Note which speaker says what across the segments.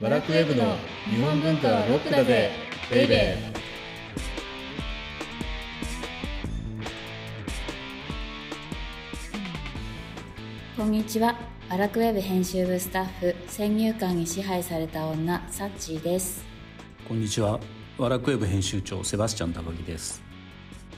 Speaker 1: バラクウェブの日本文化はロックだぜベイベー
Speaker 2: こんにちは。バラクウェブ編集部スタッフ、先入観に支配された女、サッチーです。
Speaker 3: こんにちは。ワラクウェブ編集長セバスチャン高木です。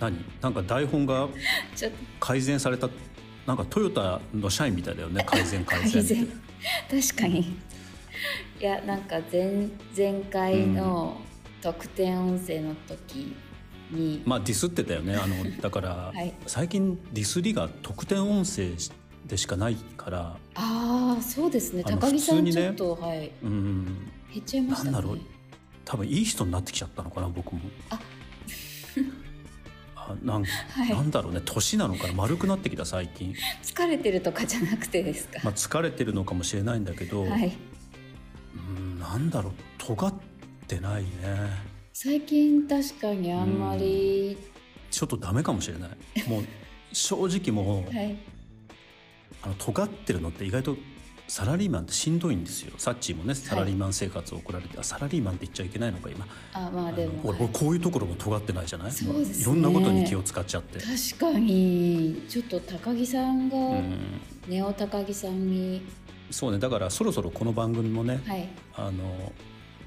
Speaker 3: 何？なんか台本が
Speaker 2: ちょっと
Speaker 3: 改善された。なんかトヨタの社員みたいだよね。改善改善
Speaker 2: 改
Speaker 3: って
Speaker 2: 善。確かに。いや、なんか前前回の特典音声の時に、
Speaker 3: まあディスってたよね。あのだから、
Speaker 2: はい
Speaker 3: 最近ディスりが特典音声でしかないから、
Speaker 2: ああ、そうですね。
Speaker 3: あの
Speaker 2: 高木さん
Speaker 3: 普通に
Speaker 2: ちょっ
Speaker 3: ね
Speaker 2: と、はい、
Speaker 3: うん、
Speaker 2: 減っちゃいましたね。
Speaker 3: なんだろう多分いい人になってきちゃったのかな僕も。
Speaker 2: あ
Speaker 3: あなん
Speaker 2: はい
Speaker 3: なんだろうね年なのかな丸くなってきた最近、
Speaker 2: 疲れてるとかじゃなくてですか。
Speaker 3: まあ、疲れてるのかもしれないんだけど、
Speaker 2: はい。
Speaker 3: うんなんだろう尖ってないね
Speaker 2: 最近確かにあんまり、
Speaker 3: ちょっとダメかもしれない もう正直もう、
Speaker 2: はい。
Speaker 3: あの尖ってるのって意外とサラリーマンってしんどいんですよサッチーもねサラリーマン生活を送られて、あサラリーマンって言っちゃいけないのか今
Speaker 2: あ、まあでも。
Speaker 3: あの俺
Speaker 2: はい
Speaker 3: 俺こういうところも尖ってないじゃない、
Speaker 2: そうですね
Speaker 3: いろんなことに気を使っちゃって、
Speaker 2: 確かにちょっと高木さんが、
Speaker 3: うん、
Speaker 2: ネオ高木さんに
Speaker 3: そうねだからそろそろこの番組もね、
Speaker 2: はい
Speaker 3: あの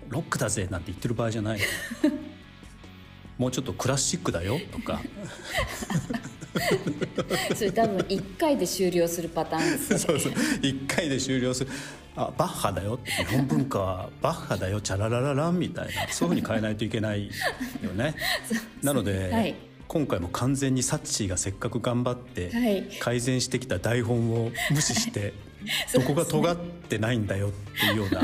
Speaker 3: ロックだぜなんて言ってる場合じゃないもうちょっとクラシックだよとか
Speaker 2: それ多分1回で終了するパターンですね
Speaker 3: そうそう一回で終了するあバッハだよ日本文化はバッハだよチャラララランみたいなそういうふうに変えないといけないよ ねなので、
Speaker 2: はい
Speaker 3: 今回も完全にサッチーがせっかく頑張っ て
Speaker 2: はい
Speaker 3: 改善してきた台本を無視して、 どこが尖ってないんだよっていうような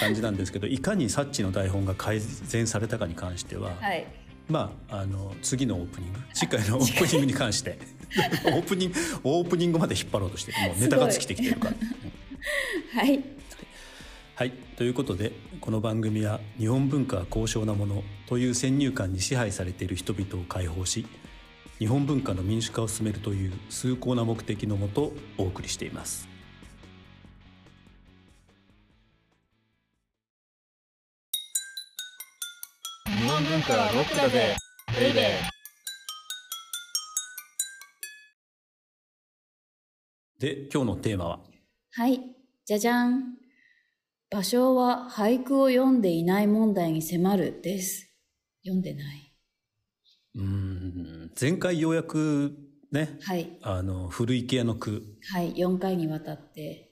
Speaker 3: 感じなんですけどいかにサッチーの台本が改善されたかに関しては、
Speaker 2: はい
Speaker 3: まあ、あの次のオープニング次回のオープニングに関してオープニングオープニングまで引っ張ろうとしてもうネタが尽きてきてるから。
Speaker 2: はい
Speaker 3: はいということでこの番組は日本文化は高尚なものという先入観に支配されている人々を解放し日本文化の民主化を進めるという崇高な目的のもとお送りしています。
Speaker 1: 日本文化はロックだぜベイベー
Speaker 3: で今日のテーマは
Speaker 2: はいじゃじゃん場所は俳句を読んでいない問題に迫るです読んでないう
Speaker 3: ーん前回ようやくね
Speaker 2: はい
Speaker 3: あの古池屋の句
Speaker 2: はい4回にわたって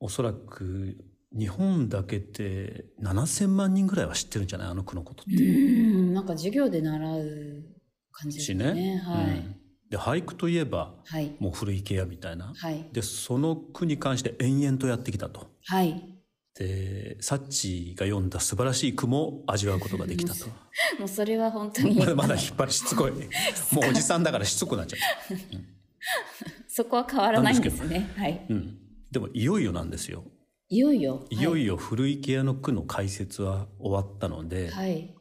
Speaker 3: おそらく日本だけで7,000万人ぐらいは知ってるんじゃないあの句のことって。
Speaker 2: うんなんか授業で習う感じです
Speaker 3: し
Speaker 2: ね
Speaker 3: ね。
Speaker 2: はい、
Speaker 3: うんで俳句といえば
Speaker 2: はい
Speaker 3: もう古池屋みたいな。
Speaker 2: はい
Speaker 3: でその句に関して延々とやってきたと。
Speaker 2: はい
Speaker 3: でサッチが読んだ素晴らしい句も味わうことがで きたと。
Speaker 2: もうそれは本当に
Speaker 3: ま だまだ引っ張りしつこい。もうおじさんだからしつこくなっちゃ
Speaker 2: そこは変わらないんです
Speaker 3: な
Speaker 2: ねはい
Speaker 3: った。うん。でもいよいよなんですよ。
Speaker 2: いよいよ
Speaker 3: いよいよ古池屋の句の解説は終わったので、
Speaker 2: はい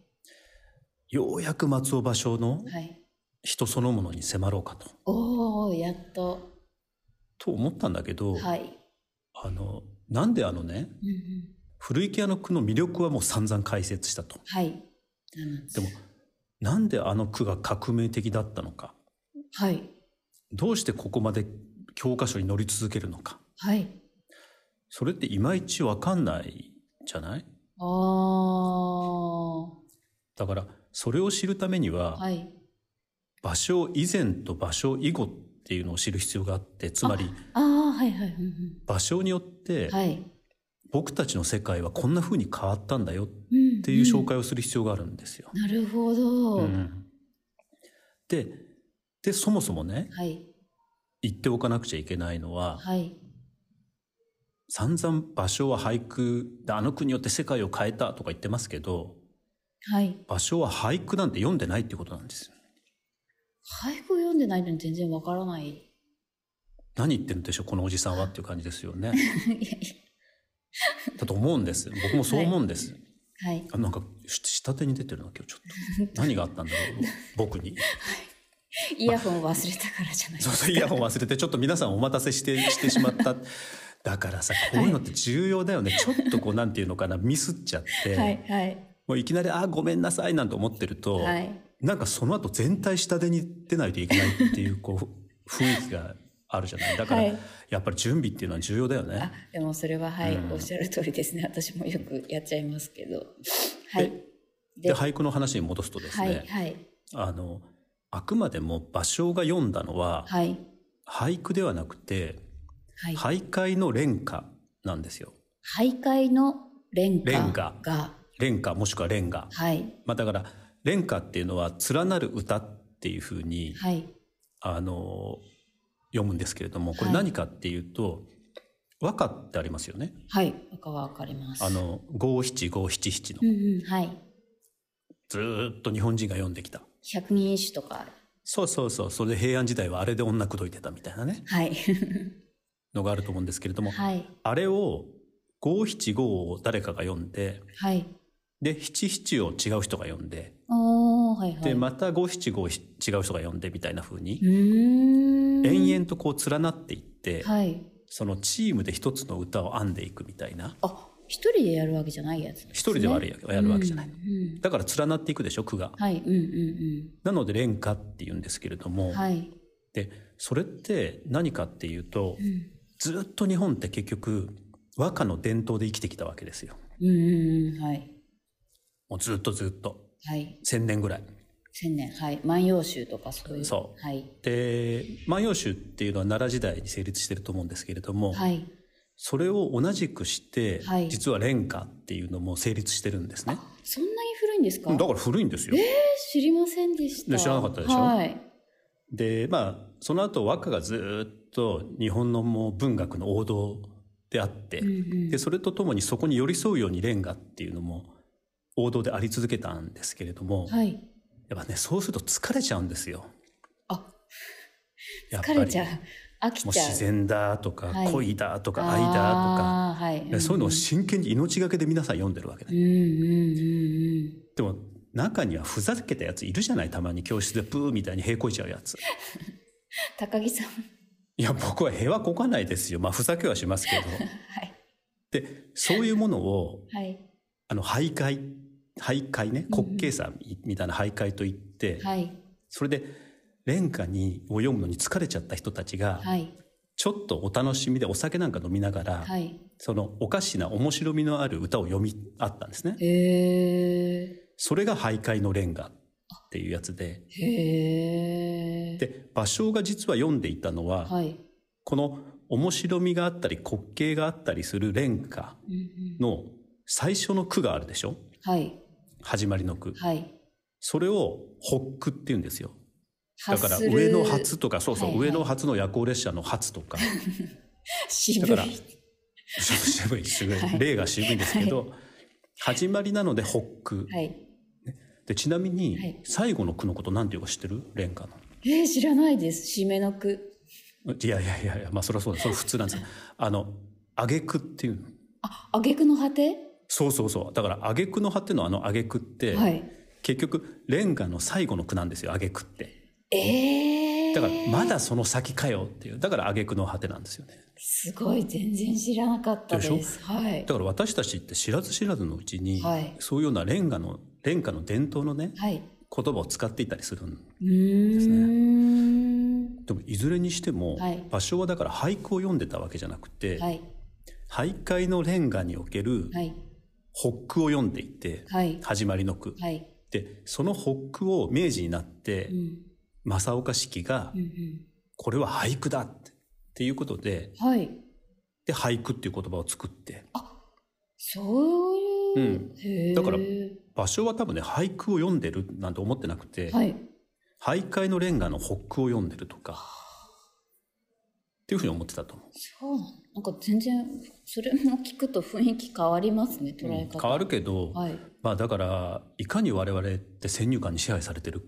Speaker 3: ようやく松尾芭蕉の
Speaker 2: はい
Speaker 3: 人そのものに迫ろうかと。
Speaker 2: おおやっと
Speaker 3: と思ったんだけど、
Speaker 2: はい、
Speaker 3: あのなんであのね
Speaker 2: うんうん、
Speaker 3: 古池屋の句の魅力はもう散々解説したと
Speaker 2: はいなんです
Speaker 3: でもなんであの句が革命的だったのか
Speaker 2: はい
Speaker 3: どうしてここまで教科書に載り続けるのか
Speaker 2: はい
Speaker 3: それっていまいちわかんないじゃない
Speaker 2: ああは
Speaker 3: だからそれを知るためにはい芭蕉以前と芭蕉以後っていうのを知る必要があってつまり
Speaker 2: ああはいはい、うん
Speaker 3: 芭蕉によっ
Speaker 2: う
Speaker 3: て
Speaker 2: ん、はい
Speaker 3: 僕たちの世界はこんな風に変わったんだよっ
Speaker 2: うんって
Speaker 3: いう紹、介をする必要があるんですよ。
Speaker 2: なるほど、
Speaker 3: うんででそもそもね
Speaker 2: はい
Speaker 3: 言っておかなくちゃいけないのは、
Speaker 2: はい
Speaker 3: 散々芭蕉は俳句であの句によって世界を変えたとか言ってますけど
Speaker 2: はい
Speaker 3: 芭蕉は俳句なんて読んでないってことなんですよ
Speaker 2: 俳句を読んでないのに全然わからないい
Speaker 3: 何言ってるんでしょうこのおじさんはっていう感じですよね
Speaker 2: やい
Speaker 3: だと思う んです僕もそう思うんです、
Speaker 2: やはい
Speaker 3: あなんかし下手に出てるな今日ちょっ と何があったんだろう僕に
Speaker 2: イヤホン忘れたからじゃないで
Speaker 3: そう
Speaker 2: す
Speaker 3: そうイヤホン忘れてちょっと皆さんお待たせしてしてしまっただからさこういうのって重要だよね、ちょっとこうなんていうのかなミスっちゃって、
Speaker 2: はいはい
Speaker 3: もういきなり「あーごめんなさい」なんて思ってると、
Speaker 2: はい
Speaker 3: なんかその後全体下手に出ないといけないってい うこう雰囲気があるじゃないだから、
Speaker 2: はい
Speaker 3: やっぱり準備っていうのは重要だよね
Speaker 2: あ。でもそれははい、
Speaker 3: うん
Speaker 2: おっしゃる通りですね私もよくやっちゃいますけどはい
Speaker 3: で俳句の話に戻すとですね、
Speaker 2: はいはい
Speaker 3: あのあくまでも芭蕉が読んだのは
Speaker 2: はい
Speaker 3: 俳句ではなくて
Speaker 2: はい
Speaker 3: 俳諧の連歌なんですよ。
Speaker 2: 徘徊の連歌
Speaker 3: 連歌
Speaker 2: が
Speaker 3: 連歌もしくは連歌。
Speaker 2: はい
Speaker 3: まあ、だから連歌っていうのは連なる歌っていうふうに、
Speaker 2: はい
Speaker 3: あの読むんですけれどもこれ
Speaker 2: はい
Speaker 3: 何かっていうと、和歌ってありますよね。
Speaker 2: はい赤は分かります
Speaker 3: あの五七五七七の
Speaker 2: うんうんはい
Speaker 3: ずーっと日本人が読んできた。
Speaker 2: 百人一首とか
Speaker 3: そうそうそうそれで平安時代はあれで女口説いてたみたいなね
Speaker 2: はい
Speaker 3: のがあると思うんですけれども、
Speaker 2: はい
Speaker 3: あれを五七五を誰かが読んで
Speaker 2: はい
Speaker 3: で七七を違う人が読んで
Speaker 2: おーはいはい
Speaker 3: でまた五七五違う人が読んでみたいな風に
Speaker 2: うーん
Speaker 3: 延々とこう連なっていって、
Speaker 2: はい
Speaker 3: そのチームで一つの歌を編んでいくみたいな
Speaker 2: あ一人でやるわけじゃないやつなんですね
Speaker 3: 一人ではあるややるわけじゃない、
Speaker 2: うんうん
Speaker 3: だから連なっていくでしょ句が
Speaker 2: はいうんうん
Speaker 3: なので連歌って言うんですけれど
Speaker 2: う
Speaker 3: も、
Speaker 2: んはい
Speaker 3: でそれって何かっていうと、
Speaker 2: うん
Speaker 3: ずっと日本って結局和歌の伝統で生きてきたわけですよ
Speaker 2: うんうんうんはい
Speaker 3: もうずっとずっと
Speaker 2: はい
Speaker 3: 1,000年ぐらい。
Speaker 2: 千年はい万葉集とかそういう
Speaker 3: そう
Speaker 2: はい
Speaker 3: で「万葉集」っていうのは奈良時代に成立してると思うんですけれども、
Speaker 2: はい
Speaker 3: それを同じくして、
Speaker 2: はい
Speaker 3: 実は連歌っていうのも成立してるんですね。
Speaker 2: そんなに古いんですか
Speaker 3: だから古いんですよ。
Speaker 2: 知りませんでした
Speaker 3: で知らなかったでしょ
Speaker 2: はい
Speaker 3: でまあその後和歌がずっと日本のもう文学の王道であって、
Speaker 2: うんうん
Speaker 3: でそれとともにそこに寄り添うようにレンガっていうのも王道であり続けたんですけれども、
Speaker 2: はい
Speaker 3: やっぱねそうすると疲れちゃうんですよ。
Speaker 2: あ
Speaker 3: やっぱり
Speaker 2: 疲れちゃう飽き
Speaker 3: もう
Speaker 2: ちゃう
Speaker 3: 自然だとか、
Speaker 2: はい
Speaker 3: 恋だとか愛だとか、
Speaker 2: あーはい
Speaker 3: でそういうのを真剣に命がけで皆さん読んでるわけ
Speaker 2: うん
Speaker 3: ね。
Speaker 2: うんうんうん
Speaker 3: でも中にはふざけたやついるじゃないたまに教室でブーみたいに平こいちゃう やつ。
Speaker 2: 高木さん
Speaker 3: いや僕は平和こかないですよ。まあふざけはしますけど。
Speaker 2: はい
Speaker 3: でそういうものを
Speaker 2: はい
Speaker 3: あの徘徊徘徊ね
Speaker 2: うんうん
Speaker 3: 滑稽さみみたいな徘徊といって、
Speaker 2: はい
Speaker 3: それで連歌にを読むのに疲れちゃった人たちが、
Speaker 2: はい
Speaker 3: ちょっとお楽しみでお酒なんか飲みながら、
Speaker 2: はい
Speaker 3: そのおかしな面白みのある歌を読みあったんですね。
Speaker 2: へえ
Speaker 3: それが徘徊の連歌っていうやつで
Speaker 2: へえ
Speaker 3: で芭蕉が実は読んでいたのは、
Speaker 2: はい
Speaker 3: この面白みがあったり滑稽があったりする連歌
Speaker 2: うんうん
Speaker 3: の最初の句があるでしょ
Speaker 2: はい
Speaker 3: 始まりの句。
Speaker 2: はい
Speaker 3: それを北句って言うんですよ。だか
Speaker 2: 発
Speaker 3: ら
Speaker 2: する
Speaker 3: 上の初とか、そうそう、
Speaker 2: はいはい
Speaker 3: 上の初の夜行列車の初とか、
Speaker 2: 渋い
Speaker 3: だから渋い、渋
Speaker 2: はい
Speaker 3: い、例が渋いんですけど、始まりなので北句。
Speaker 2: はい
Speaker 3: で、ちなみ
Speaker 2: は
Speaker 3: に
Speaker 2: い、
Speaker 3: 最後の句のことなんていうか知ってる連歌の。
Speaker 2: えー、知らないです締めの句
Speaker 3: いやいやいやいや、まあそりゃそうだ、それ普通なんですよ。あの、あげくっていうの。
Speaker 2: あ挙句の果て
Speaker 3: そうそうそう。だから、あげくの果てのあのあげくって、
Speaker 2: はい
Speaker 3: 結局、連歌の最後の句なんですよ、あげくって。
Speaker 2: ええー、
Speaker 3: だから、まだその先かよっていう。だから、あげくの果てなんですよね。
Speaker 2: すごい全然知らなかったです
Speaker 3: で
Speaker 2: はい
Speaker 3: だから私たちって知らず知らずのうちに、
Speaker 2: はい
Speaker 3: そういうようなレンガのレンガの伝統のね
Speaker 2: はい
Speaker 3: 言葉を使っていたりするん
Speaker 2: うーん
Speaker 3: でもいずれにしても、
Speaker 2: はい
Speaker 3: 場所はだから俳句を読んでたわけじゃなくて、
Speaker 2: はい
Speaker 3: 徘徊のレンガにおける
Speaker 2: はい
Speaker 3: 北句を読んでいて、
Speaker 2: はい
Speaker 3: 始まりの句、
Speaker 2: はい
Speaker 3: でその北句を明治になって、
Speaker 2: うん
Speaker 3: 正岡子規が、
Speaker 2: うんうん
Speaker 3: これは俳句だってっていうことで
Speaker 2: はい
Speaker 3: で俳句っていう言葉を作って
Speaker 2: そういう、
Speaker 3: うん
Speaker 2: へー
Speaker 3: だから場所は多分ね俳句を読んでるなんて思ってなくて、
Speaker 2: はい
Speaker 3: 徘徊のレンガの北句を読んでるとか、っていうふうに思ってたと思う。
Speaker 2: そうなのなんか全然それも聞くと雰囲気変わりますね捉え方、
Speaker 3: 変わるけど、
Speaker 2: はい
Speaker 3: まあだから、いかに我々って先入観に支配されてるっ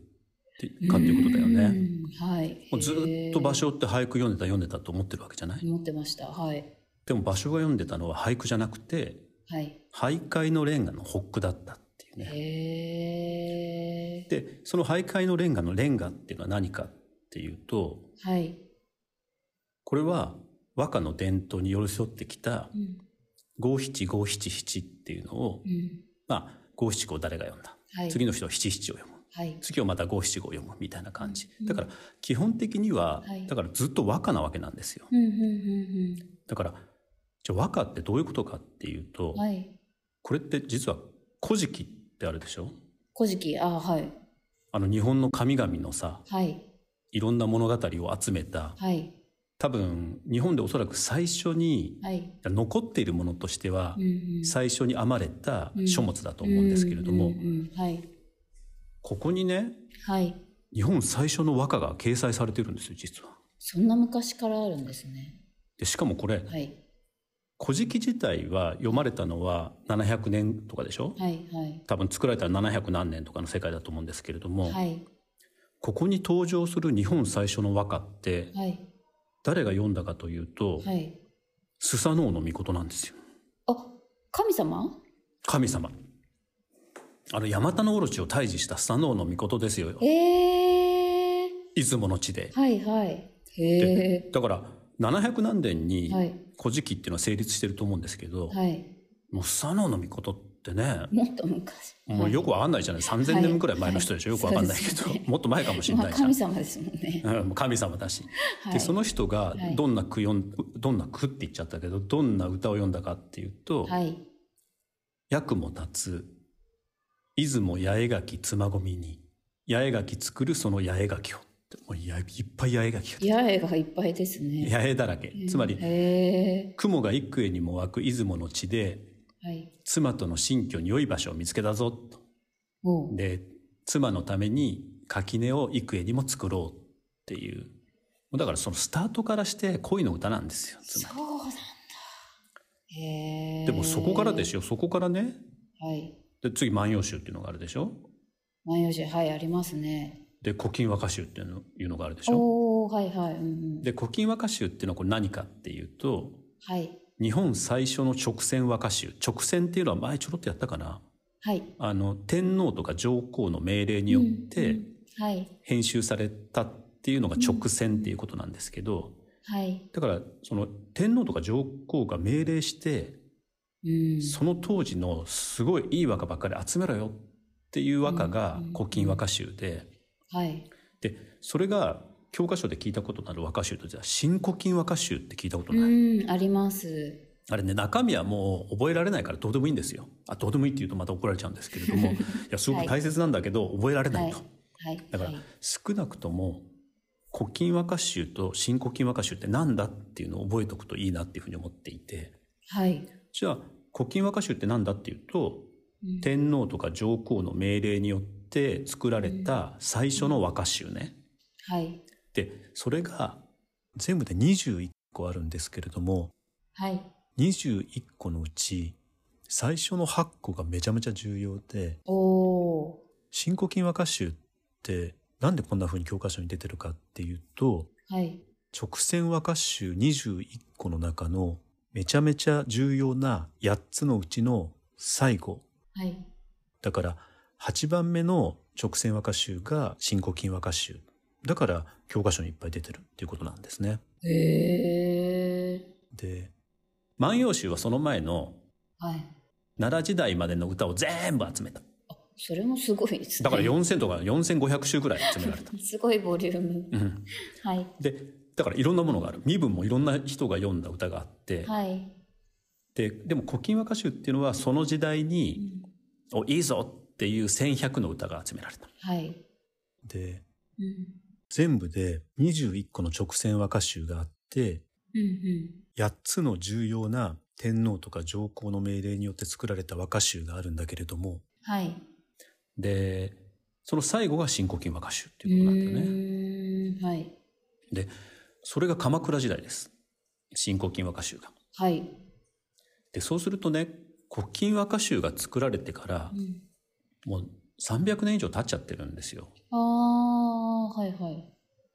Speaker 3: てかっていうことだよね。
Speaker 2: うんはい
Speaker 3: もうずっと場所って俳句読んでた読んでたと思ってるわけじゃない、
Speaker 2: へー思ってましたはい
Speaker 3: でも場所が読んでたのは俳句じゃなくて、
Speaker 2: はい
Speaker 3: 徘徊のレンガの北句だったっていうね。
Speaker 2: へえ
Speaker 3: で、その徘徊のレンガのレンガっていうのは何かっていうと、
Speaker 2: はい
Speaker 3: これは和歌の伝統に寄り添ってきた
Speaker 2: うん
Speaker 3: 五七五七七っていうのを、
Speaker 2: うん
Speaker 3: まあ、五七五誰が読んだ。
Speaker 2: はい
Speaker 3: 次の人は七七を読む。
Speaker 2: はい
Speaker 3: 次はまた五七五読むみたいな感じ。
Speaker 2: うん
Speaker 3: だから基本的には
Speaker 2: はい、
Speaker 3: だからずっと和歌なわけなんですよ。
Speaker 2: うんうんうん
Speaker 3: だから、じゃあ和歌ってどういうことかっていう
Speaker 2: う
Speaker 3: と
Speaker 2: ん、はい
Speaker 3: これって実は古事記ってあるでしょ
Speaker 2: 古事記あはい
Speaker 3: あの日本の神々のさ、
Speaker 2: はい
Speaker 3: いろんな物語を集めた、
Speaker 2: はい
Speaker 3: 多分日本でおそらく最初に、
Speaker 2: はい
Speaker 3: 残っているものとしては、最初に編まれた書物だと
Speaker 2: と
Speaker 3: 思うんですけれども、
Speaker 2: はい
Speaker 3: ここにね、
Speaker 2: はい
Speaker 3: 日本最初の和歌が掲載されてるんですよ、実は。
Speaker 2: そんな昔からあるんですね
Speaker 3: でしかもこれ、
Speaker 2: はい
Speaker 3: 古事記自体は読まれたのは700年とかでしょ、
Speaker 2: はいはい
Speaker 3: 多分作られたのは700何年とかの世界だと思うんですけれども、
Speaker 2: はい
Speaker 3: ここに登場する日本最初の和歌って、
Speaker 2: はい
Speaker 3: 誰が読んだかというと、
Speaker 2: はい
Speaker 3: スサノオノミコトなんですよ。
Speaker 2: あ神様
Speaker 3: 神様。あの、ヤマタノオロチを退治したスサノオノミコトですよ。
Speaker 2: えー、
Speaker 3: 出雲の地で。
Speaker 2: はいはいへえ
Speaker 3: だから、700何年に
Speaker 2: はい
Speaker 3: 古事記っていうのは成立してると思うんですけど、
Speaker 2: はい
Speaker 3: もうスサノオノミコトってね、
Speaker 2: もっと昔
Speaker 3: もうよくわかんないじゃない。3000年くらい前の人でしょ、
Speaker 2: はい
Speaker 3: よくわかんないけ
Speaker 2: そう
Speaker 3: ど、
Speaker 2: ですね
Speaker 3: もっと前かもしれ
Speaker 2: ま
Speaker 3: な
Speaker 2: あ
Speaker 3: いじゃん
Speaker 2: 神。様ですもんね
Speaker 3: うんもう神様だし、
Speaker 2: は
Speaker 3: で
Speaker 2: い
Speaker 3: その人
Speaker 2: は
Speaker 3: が
Speaker 2: い
Speaker 3: どんな句読んどんな句って言っちゃったけどどんな歌を読んだかっていうと
Speaker 2: はい
Speaker 3: 役も立つ出雲八重垣妻込みに八重垣作るその八重垣をってもうやいっぱい八重垣が
Speaker 2: 八重がいっぱいですね
Speaker 3: 八重だらけつまり
Speaker 2: へ
Speaker 3: 雲が幾重にも湧く出雲の地で
Speaker 2: ーはい
Speaker 3: 妻との新居に良い場所を見つけたぞと
Speaker 2: おう
Speaker 3: で妻のために垣根を幾重にも作ろうっていうだからそのスタートからして恋の歌なんですよつまり
Speaker 2: そうなんだへえ
Speaker 3: でもそこからですしょそこからね
Speaker 2: はい
Speaker 3: で次「万葉集」っていうのがあるでしょ
Speaker 2: 万葉集はいありますね
Speaker 3: で「古今和歌集」っていうのいうのがあるでしょ
Speaker 2: おおはいはいうんうん
Speaker 3: で「古今和歌集」っていうのはこれ何かっていうと
Speaker 2: はい
Speaker 3: 日本最初の直線和歌集直線っていうのは前ちょろっとやったかな
Speaker 2: はい
Speaker 3: あの天皇とか上皇の命令によって
Speaker 2: はい
Speaker 3: 編集されたっていうのが直線っていうことなんですけど
Speaker 2: はい
Speaker 3: だからその天皇とか上皇が命令して
Speaker 2: うん
Speaker 3: その当時のすごいいい和歌ばっかり集めろよっていう和歌が
Speaker 2: うん
Speaker 3: 古今和歌集で
Speaker 2: はい
Speaker 3: でそれが教科書で聞いたことのある和歌集とじゃあ新古今和歌集って聞いたことない、
Speaker 2: うんあります
Speaker 3: あれね中身はもう覚えられないからどうでもいいんですよあどうでもいいって言うとまた怒られちゃうんですけれ どもいやすごく大切なんだけど、覚えられないと、
Speaker 2: はい
Speaker 3: だから
Speaker 2: はい
Speaker 3: 少なくとも古今和歌集と新古今和歌集ってなんだっていうのを覚えておくといいなっていうふうに思っていて
Speaker 2: はい
Speaker 3: じゃあ古今和歌集ってなんだっていうと
Speaker 2: うん
Speaker 3: 天皇とか上皇の命令によって作られた最初の和歌集ね。
Speaker 2: はい
Speaker 3: でそれが全部で21個あるんですけれども
Speaker 2: はい
Speaker 3: 21個のうち最初の8個がめちゃめちゃ重要で
Speaker 2: おお
Speaker 3: 「新古今和歌集」ってなんでこんな風に教科書に出てるかっていうと
Speaker 2: ーはい
Speaker 3: 直線和歌集21個の中のめちゃめちゃ重要な8つのうちの最後
Speaker 2: はい
Speaker 3: だから8番目の直線和歌集が新古今和歌集だから教科書にいっぱい出てるっていうことなんですね。
Speaker 2: へえ
Speaker 3: で「万葉集」はその前の
Speaker 2: はい
Speaker 3: 奈良時代までの歌を全部集めた
Speaker 2: それもすごいですね
Speaker 3: だから4,000とか4,500集ぐらい集められた、
Speaker 2: すごいボリューム
Speaker 3: うん、
Speaker 2: はい
Speaker 3: でだからいろんなものがある身分もいろんな人が読んだ歌があって、
Speaker 2: はい
Speaker 3: ででも「古今和歌集」っていうのはその時代に「おいいぞ!」っていう1,100の歌が集められた。
Speaker 2: はい
Speaker 3: で
Speaker 2: うん
Speaker 3: 全部で21個の直線和歌集があって
Speaker 2: うん
Speaker 3: 8つの重要な天皇とか上皇の命令によって作られた和歌集があるんだけれども
Speaker 2: はい
Speaker 3: でその最後が「新古今和歌集」って
Speaker 2: う
Speaker 3: いうことなんだよね。
Speaker 2: ーんはい
Speaker 3: でそれが鎌倉時代です新古今和歌集が。
Speaker 2: はい
Speaker 3: でそうするとね古今和歌集が作られてから
Speaker 2: うん
Speaker 3: もう300年以上経っちゃってるんですよ。
Speaker 2: ああはいはい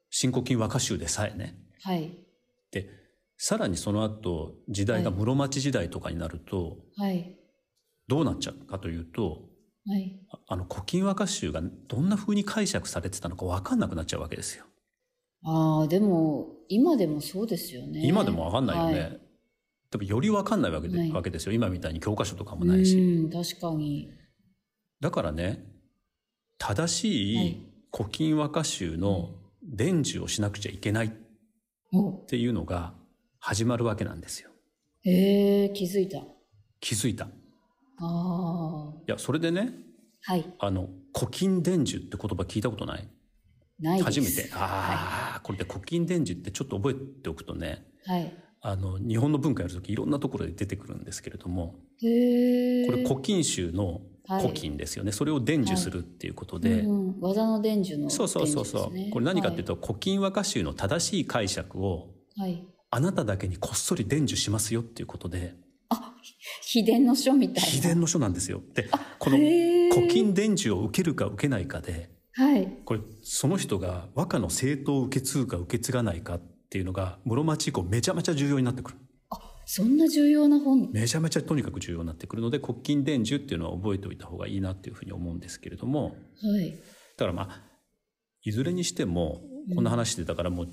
Speaker 3: 新古今和歌集でさえね。
Speaker 2: はい
Speaker 3: でさらにその後時代が
Speaker 2: はい
Speaker 3: 室町時代とかになると、
Speaker 2: はい
Speaker 3: どうなっちゃうかというと
Speaker 2: はい
Speaker 3: ああの古今和歌集がどんな風に解釈されてたのか分かんなくなっちゃうわけですよ。
Speaker 2: ああでも今でもそうですよね
Speaker 3: 今でもわかんないよね、
Speaker 2: は
Speaker 3: でもよりわかんないわけで
Speaker 2: ない
Speaker 3: わけですよ今みたいに教科書とかもないし、
Speaker 2: うん確かに
Speaker 3: だからね正し
Speaker 2: はいい
Speaker 3: 古今和歌集の伝授をしなくちゃいけないっ
Speaker 2: お
Speaker 3: ていうのが始まるわけなんですよ
Speaker 2: へえ気づいた
Speaker 3: 気づいたい
Speaker 2: ああ
Speaker 3: やそれでね
Speaker 2: はい
Speaker 3: あの古今伝授って言葉聞いたことない
Speaker 2: ないです
Speaker 3: 初めてああ、これで古今伝授ってちょっと覚えておくとね
Speaker 2: はい、は
Speaker 3: あの日本の文化やるときいろんなところで出てくるんですけれども
Speaker 2: い、へえ
Speaker 3: これ古今集の
Speaker 2: はい
Speaker 3: 古今ですよね、それを伝授するっていうことで、
Speaker 2: うんうん、技の伝授の
Speaker 3: そうそうそうそう、
Speaker 2: 伝授ですね
Speaker 3: これ何かっていうと、古今和歌集の正しい解釈を
Speaker 2: はい、はい
Speaker 3: あなただけにこっそり伝授しますよっていうことで
Speaker 2: 秘伝の書みたいな
Speaker 3: 秘伝の書なんですよ。でこの
Speaker 2: へー
Speaker 3: 古今伝授を受けるか受けないかで
Speaker 2: はい
Speaker 3: これその人が和歌の正統を受け継ぐか受け継がないかっていうのが室町以降めちゃめちゃ重要になってくる。
Speaker 2: そんな重要な本
Speaker 3: めちゃめちゃとにかく重要になってくるので古今伝授っていうのは覚えておいた方がいいなっていうふうに思うんですけれども
Speaker 2: はい
Speaker 3: だからまあいずれにしてもこんな話でだからもう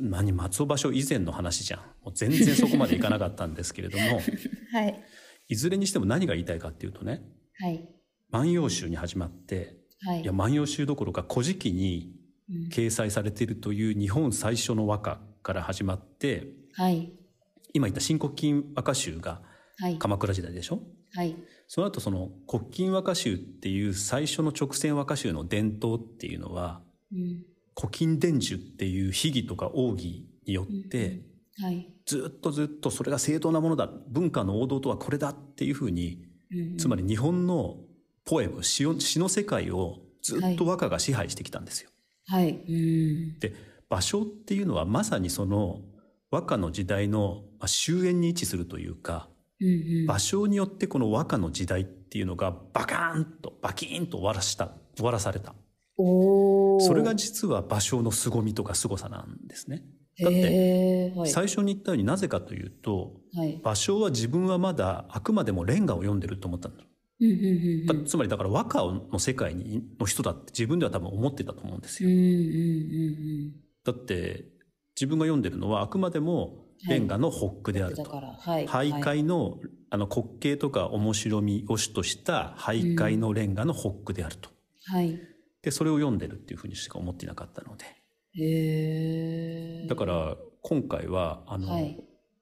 Speaker 3: 何松尾芭蕉以前の話じゃんもう全然そこまでいかなかったんですけれども
Speaker 2: はい
Speaker 3: いずれにしても何が言いたいかっていうとね
Speaker 2: はい
Speaker 3: 「万葉集」に始まって
Speaker 2: はいい
Speaker 3: や万葉集どころか「古事記」に
Speaker 2: うん
Speaker 3: 掲載されているという日本最初の和歌から始まって
Speaker 2: はい
Speaker 3: 今言った「新古今和歌集」が
Speaker 2: はい
Speaker 3: 鎌倉時代でしょ
Speaker 2: はい
Speaker 3: その後その「国金和歌集」っていう最初の直線和歌集の伝統っていうのは
Speaker 2: うん
Speaker 3: 古今伝授っていう秘義とか奥義によって
Speaker 2: はい
Speaker 3: ずっとずっとそれが正当なものだ文化の王道とはこれだっていうふうに
Speaker 2: うん
Speaker 3: つまり日本のポエム詩を詩の世界をずっと和歌が支配してきたんですよ。
Speaker 2: はいうん
Speaker 3: で芭蕉っていうのはまさにその和歌の時代のまあ終焉に位置するというか
Speaker 2: うんうん
Speaker 3: 芭蕉によってこの和歌の時代っていうのがバカーンとバキーンと終わらした終わらされた
Speaker 2: おお
Speaker 3: それが実は芭蕉の凄みとか凄さなんですね。だって
Speaker 2: へーはい
Speaker 3: 最初に言ったようになぜかというと
Speaker 2: はい
Speaker 3: 芭蕉は自分はまだあくまでもレンガを読んでると思ったんだ、
Speaker 2: うんうんうんうん
Speaker 3: つまりだから和歌の世界にの人だって自分では多分思ってたと思うんです
Speaker 2: うん
Speaker 3: よ。
Speaker 2: うん
Speaker 3: だって自分が読んでるのはあくまでもレンガのホックで
Speaker 2: うん
Speaker 3: あ
Speaker 2: うん
Speaker 3: る
Speaker 2: だ
Speaker 3: と。
Speaker 2: からはい
Speaker 3: 徘徊の,、あの滑稽とか面白みを主とした徘徊のレンガのホックであると、
Speaker 2: はい
Speaker 3: でそれを読んでるっていうふうにしか思っていなかったので
Speaker 2: へえ
Speaker 3: だから今回はあの、
Speaker 2: はい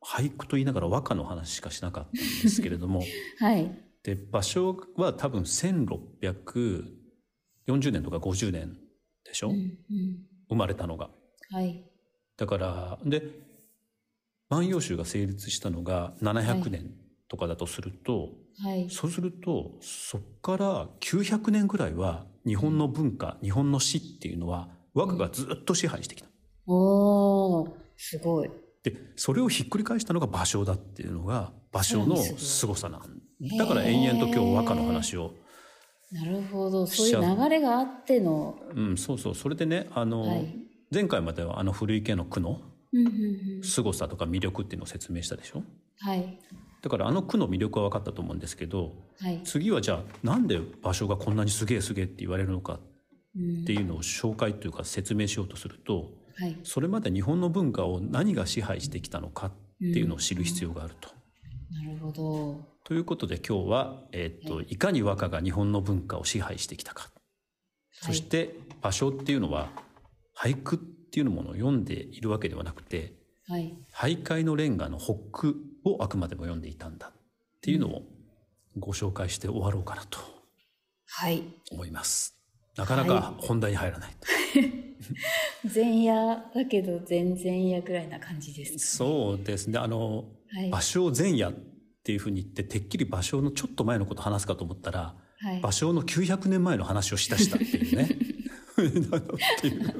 Speaker 3: 俳句と言いながら和歌の話しかしなかったんですけれども
Speaker 2: はい
Speaker 3: で芭蕉は多分1640年とか50年でしょ、
Speaker 2: うんうん
Speaker 3: 生まれたのが。
Speaker 2: はい
Speaker 3: だからで「万葉集」が成立したのが700年とかだとすると、
Speaker 2: はい
Speaker 3: そうするとそこから900年ぐらいは日本の文化、日本の詩っていうのは和歌がずっと支配してきた。
Speaker 2: おおすごい
Speaker 3: でそれをひっくり返したのが芭蕉だっていうのが芭蕉の凄さなん
Speaker 2: ごい
Speaker 3: だから延々と今
Speaker 2: へ
Speaker 3: 日
Speaker 2: ー
Speaker 3: 和歌の話を、
Speaker 2: なるほどそういう流れがあっての
Speaker 3: うん、そうそうそれでねあの、
Speaker 2: はい
Speaker 3: 前回まではあの古池の句の
Speaker 2: うんうんうん
Speaker 3: 凄さとか魅力っていうのを説明したでしょ
Speaker 2: はい
Speaker 3: だからあの句の魅力は分かったと思うんですけど
Speaker 2: はい
Speaker 3: 次はじゃあなんで芭蕉がこんなにすげえすげえって言われるのか
Speaker 2: うん
Speaker 3: っていうのを紹介というか説明しようとすると
Speaker 2: はい
Speaker 3: それまで日本の文化を何が支配してきたのかっていうのを知る必要があると。
Speaker 2: なるほど
Speaker 3: ということで今日は、えーっといかに和歌が日本の文化を支配してきたか、そして芭蕉っていうのは俳句っていうものを読んでいるわけではなくて
Speaker 2: はい
Speaker 3: 徘徊のレンガの北句をあくまでも読んでいたんだっていうのをご紹介して終わろうかなと
Speaker 2: はい
Speaker 3: 思います。なかなか本題に入らない。
Speaker 2: 前夜だけど前々夜ぐらいな感じです
Speaker 3: そうですね。あの、
Speaker 2: はい
Speaker 3: 芭蕉前夜っていうふうに言って、てっきり芭蕉のちょっと前のこと話すかと思ったら、
Speaker 2: はい
Speaker 3: 芭蕉の900年前の話をしだしたっていうね。 っていう
Speaker 2: いや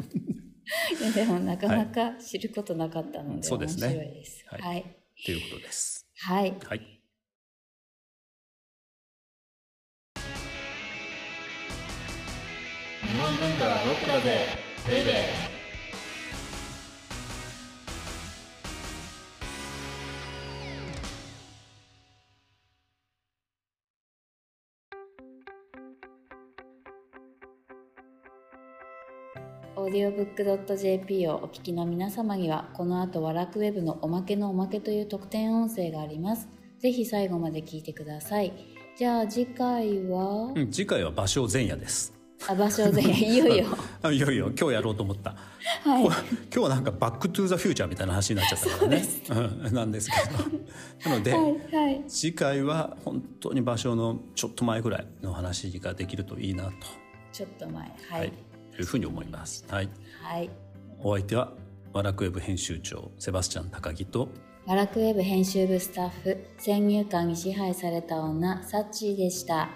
Speaker 2: でもなかなか知ることなかったので
Speaker 3: そう
Speaker 2: 面
Speaker 3: です
Speaker 2: 白
Speaker 3: ね
Speaker 2: いです
Speaker 3: はい
Speaker 2: はい
Speaker 3: ということです。
Speaker 2: はい
Speaker 3: はい。
Speaker 1: 日本文化はロックだぜベイベー
Speaker 2: audiobook.jp をお聞きの皆様にはこの後和楽ウェブのおまけのおまけという特典音声がありますぜひ最後まで聞いてくださいじゃあ次回は、
Speaker 3: うん、次回は場所前夜です
Speaker 2: あ場 所でいよいよ
Speaker 3: あいよいよ今日やろうと思った
Speaker 2: はい
Speaker 3: こ今日はなんかバックトゥーザフューチャーみたいな話になっちゃったからねうん、なんですけどなので、
Speaker 2: はいはい
Speaker 3: 次回は本当に場所のちょっと前ぐらいの話ができるといいなと、
Speaker 2: ちょっと前
Speaker 3: は
Speaker 2: はいい
Speaker 3: というふうに思います、はい、
Speaker 2: はい
Speaker 3: お相手はワラクウェブ編集長セバスチャン高木と
Speaker 2: 和楽ウェブ編集部スタッフ先入観に支配された女サッチーでした